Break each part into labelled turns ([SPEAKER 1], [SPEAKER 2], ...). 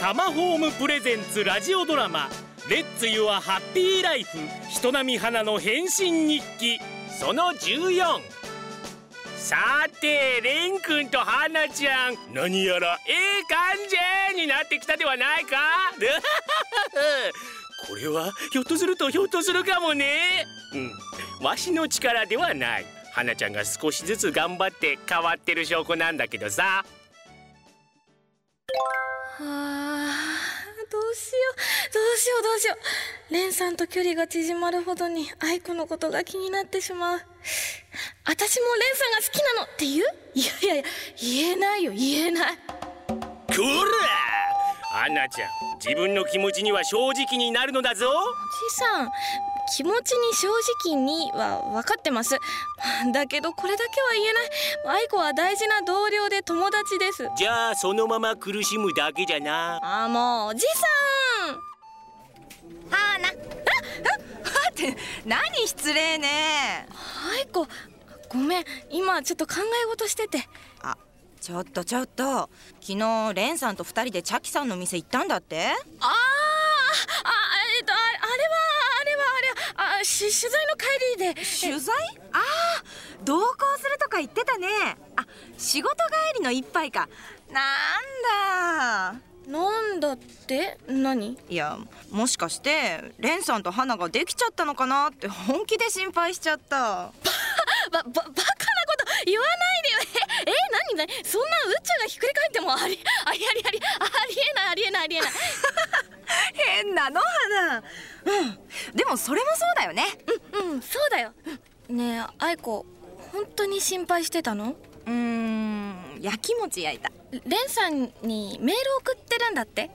[SPEAKER 1] タマホームプレゼンツラジオドラマ「レッツ・ユア・ハッピー・ライフ人並み花の変身日記」その14さてレン君とハナちゃん何やらええ感じになってきたではないか これはひょっとするとひょっとするかもねうんわしの力ではない花ちゃんが少しずつ頑張って変わってる証拠なんだけどさ
[SPEAKER 2] あーどうしようどうしようどうしよう蓮さんと距離が縮まるほどに愛子のことが気になってしまう私も蓮さんが好きなのって言ういやいやいや言えないよ言えない
[SPEAKER 1] こら花ちゃん自分の気持ちには正直になるのだぞ
[SPEAKER 2] じいさん気持ちに正直には分かってますだけどこれだけは言えない愛子は大事な同僚で友達です
[SPEAKER 1] じゃあそのまま苦しむだけじゃな
[SPEAKER 2] あーもうおじさん
[SPEAKER 3] はなはって何失礼ね
[SPEAKER 2] 愛子ごめん今ちょっと考え事してて
[SPEAKER 3] あちょっとちょっと昨日レンさんと二人でチャキさんの店行ったんだって
[SPEAKER 2] あーあえっとああれはあれはあれはあし取材の帰りで
[SPEAKER 3] 取材ああ同行するとか言ってたねあ仕事帰りの一杯かなんだ
[SPEAKER 2] なんだって何
[SPEAKER 3] いやもしかしてレンさんと花ができちゃったのかなって本気で心配しちゃった
[SPEAKER 2] ばばバカなこと言わないでよええ何何そんな宇宙がひっくり返ってもありありありありありえないありえないありえない
[SPEAKER 3] 変なの花うんでもそれもそうだよね
[SPEAKER 2] うんうんそうだようんねえ愛子本当に心配してたの
[SPEAKER 3] うーん焼き餅焼いた
[SPEAKER 2] レンさんにメール送ってるんだって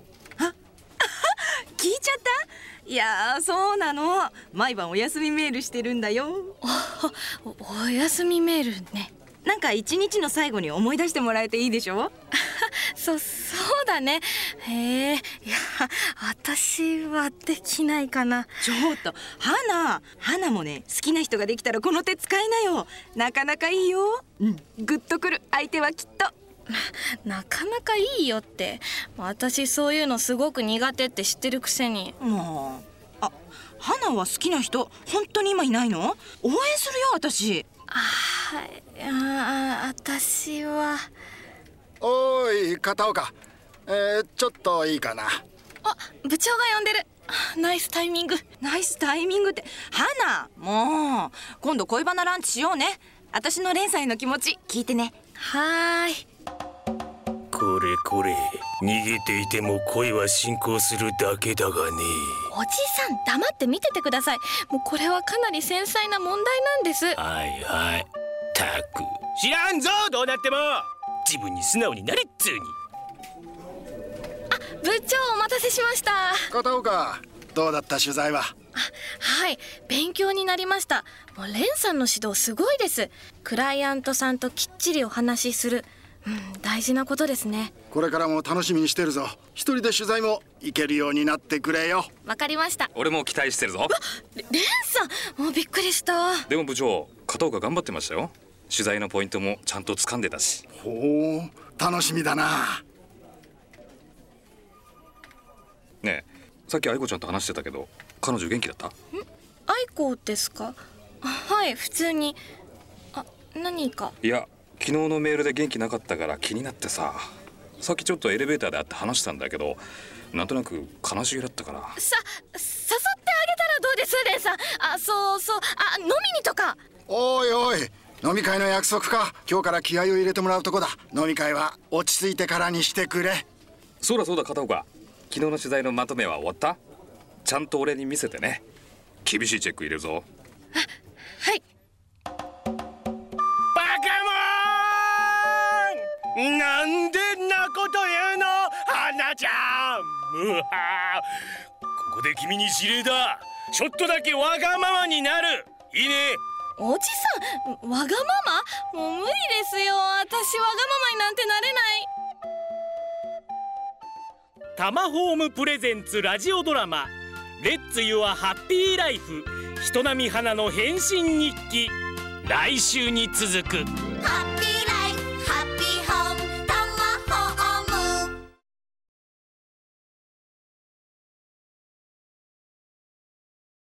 [SPEAKER 3] 聞いちゃったいやーそうなの毎晩お休みメールしてるんだよ
[SPEAKER 2] おお休みメールね
[SPEAKER 3] なんか一日の最後に思い出してもらえていいでしょ
[SPEAKER 2] そそうだねへえいや私はできないかな
[SPEAKER 3] ちょっと花花もね好きな人ができたらこの手使いなよなかなかいいよ、うん、グッとくる相手はきっと
[SPEAKER 2] なかなかいいよって私そういうのすごく苦手って知ってるくせに
[SPEAKER 3] もうあ花は好きな人本当に今いないの応援するよ私
[SPEAKER 2] あーあー私は
[SPEAKER 4] おーい片岡、えー、ちょっといいかな
[SPEAKER 2] あ部長が呼んでるナイスタイミング
[SPEAKER 3] ナイスタイミングって花もう今度恋バナランチしようね私の連載の気持ち聞いてね
[SPEAKER 2] はーい
[SPEAKER 5] これこれ逃げていても恋は進行するだけだがね
[SPEAKER 2] おじさん黙って見ててくださいもうこれはかなり繊細な問題なんです
[SPEAKER 5] はいはいたく
[SPEAKER 1] 知らんぞどうなっても自分に素直になれっつうに
[SPEAKER 2] 部長お待たせしました
[SPEAKER 4] 片岡どうだった取材は
[SPEAKER 2] はい勉強になりましたもうレンさんの指導すごいですクライアントさんときっちりお話しするうん大事なことですね
[SPEAKER 4] これからも楽しみにしてるぞ一人で取材も行けるようになってくれよ
[SPEAKER 2] わかりました
[SPEAKER 6] 俺も期待してるぞ
[SPEAKER 2] レレンさんもうびっくりした
[SPEAKER 6] でも部長片岡頑張ってましたよ取材のポイントもちゃんと掴んでたし
[SPEAKER 4] ほう楽しみだな
[SPEAKER 6] ねえさっき愛子ちゃんと話してたけど彼女元気だった
[SPEAKER 2] 愛子ですかあはい普通にあ何か
[SPEAKER 6] いや昨日のメールで元気なかったから気になってささっきちょっとエレベーターで会って話したんだけどなんとなく悲しげだったから
[SPEAKER 2] さ誘ってあげたらどうですレンさんあそうそうあ飲みにとか
[SPEAKER 4] おいおい飲み会の約束か今日から気合を入れてもらうとこだ飲み会は落ち着いてからにしてくれ
[SPEAKER 6] そうだそうだ片岡昨日の取材のまとめは終わったちゃんと俺に見せてね厳しいチェック入れるぞ
[SPEAKER 2] はい
[SPEAKER 1] バカモンなんでんなこと言うの花ちゃんうわここで君に指令だちょっとだけわがままになるいいね
[SPEAKER 2] おじさんわがままもう無理ですよ私わがままになんてなれない
[SPEAKER 1] タマホームプレゼンツラジオドラマ「レッツ・ユア・ハッピー・ライフ人並み花の変身日記」来週に続く。
[SPEAKER 3] ハッピー